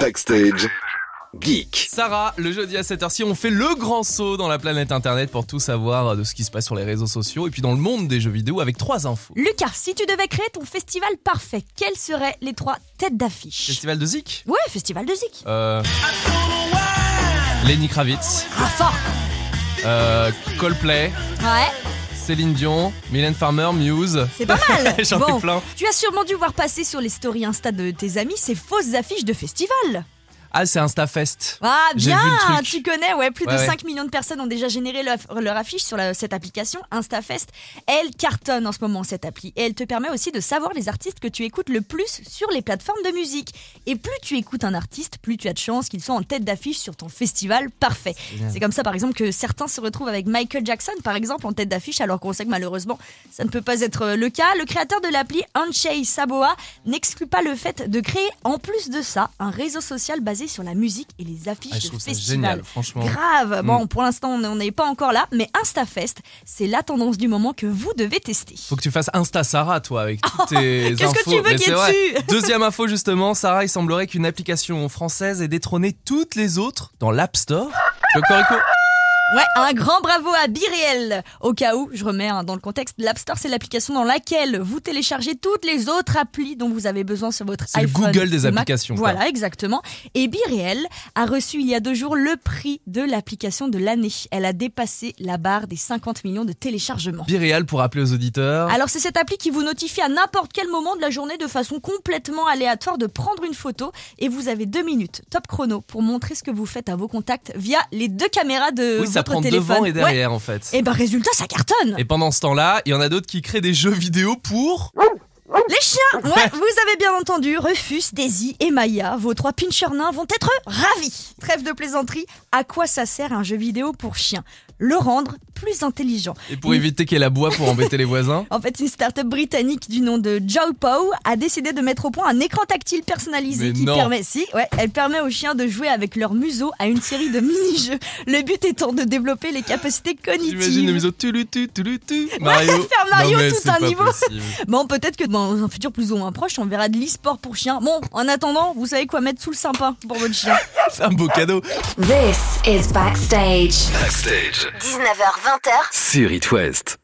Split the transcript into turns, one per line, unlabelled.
Backstage Geek.
Sarah, le jeudi à 7h, on fait le grand saut dans la planète Internet pour tout savoir euh, de ce qui se passe sur les réseaux sociaux et puis dans le monde des jeux vidéo avec trois infos.
Lucas, si tu devais créer ton festival parfait, quelles seraient les trois têtes d'affiche
Festival de Zik
Ouais, festival de Zik.
euh, Lenny Kravitz,
Ah, fort
euh, Coldplay,
Ouais,
Céline Dion, Mylène Farmer, Muse.
c'est pas mal
J'en ai
Bon,
plein.
Tu as sûrement dû voir passer sur les stories Insta de tes amis ces fausses affiches de festival.
Ah, c'est Instafest.
Ah,
J'ai
bien
vu le truc.
Tu connais, ouais, plus
Ouais,
de
ouais.
5 millions de personnes ont déjà généré leur, leur affiche sur la- cette application InstaFest. Elle cartonne en ce moment, cette appli. Et elle te permet aussi de savoir les artistes que tu écoutes le plus sur les plateformes de musique. Et plus tu écoutes un artiste, plus tu as de chances qu'il soit en tête d'affiche sur ton festival parfait. C'est comme ça, par exemple, que certains se retrouvent avec Michael Jackson, par exemple, en tête d'affiche, alors qu'on sait que malheureusement, ça ne peut pas être euh, le cas. Le créateur de l'appli, Anchei Saboa, n'exclut pas le fait de créer, en plus de ça, un réseau social basé sur la musique et les affiches
Ah, je
de
trouve ça
festivals.
génial, franchement. Mm.
Grave Bon, pour l'instant, on on n'est pas encore là, mais InstaFest, c'est la tendance du moment que vous devez tester.
Faut que tu fasses Insta Sarah, toi, avec toutes tes
qu'est-ce que
infos.
tu veux
Mais
qu'il
c'est
y ait
vrai.
dessus
Deuxième info, justement, Sarah, il semblerait qu'une application française ait détrôné toutes les autres dans l'App Store. Cocorico.
Ouais, un grand bravo à Biréel. Au cas où, je remets hein, dans le contexte, l'App Store, c'est l'application dans laquelle vous téléchargez toutes les autres applis dont vous avez besoin sur votre
C'est le
iPhone.
Google des
ou Mac.
applications, quoi.
Voilà, exactement. Et Biréel a reçu il y a deux jours le prix de l'application de l'année. Elle a dépassé la barre des 50 millions de téléchargements.
Biréal pour rappeler aux auditeurs.
Alors c'est cette appli qui vous notifie à n'importe quel moment de la journée de façon complètement aléatoire de prendre une photo et vous avez deux minutes top chrono pour montrer ce que vous faites à vos contacts via les deux caméras de
oui, ça
votre
prend
téléphone.
devant et
Ouais.
derrière, en fait.
Et ben résultat ça cartonne.
Et pendant ce temps-là, il y en a d'autres qui créent des jeux vidéo pour.
Les chiens, ouais, vous avez bien entendu, Rufus, Daisy et Maya, vos trois pinchers nains vont être ravis. Trêve de plaisanterie, à quoi ça sert un jeu vidéo pour chien Le rendre plus intelligent.
Et pour éviter qu'elle aboie pour embêter les voisins.
En fait, une start-up britannique du nom de Jawpaw a décidé de mettre au point un écran tactile personnalisé
Mais
qui
non.
permet si, ouais, elle permet aux chiens de jouer avec leur museau à une série de mini-jeux. Le but étant de développer les capacités
J'imagine le
cognitives.
museau tulutu, tulutu. Mario.
faire Mario
non, mais
tout
c'est
un
pas
niveau.
possible.
Bon, peut-être que dans un futur plus ou moins proche, on verra de l'e-sport pour chiens. Bon, en attendant, vous savez quoi mettre sous le sympa pour votre chien.
C'est un beau cadeau.
This is Backstage.
Backstage
19h, 20h
sur It West.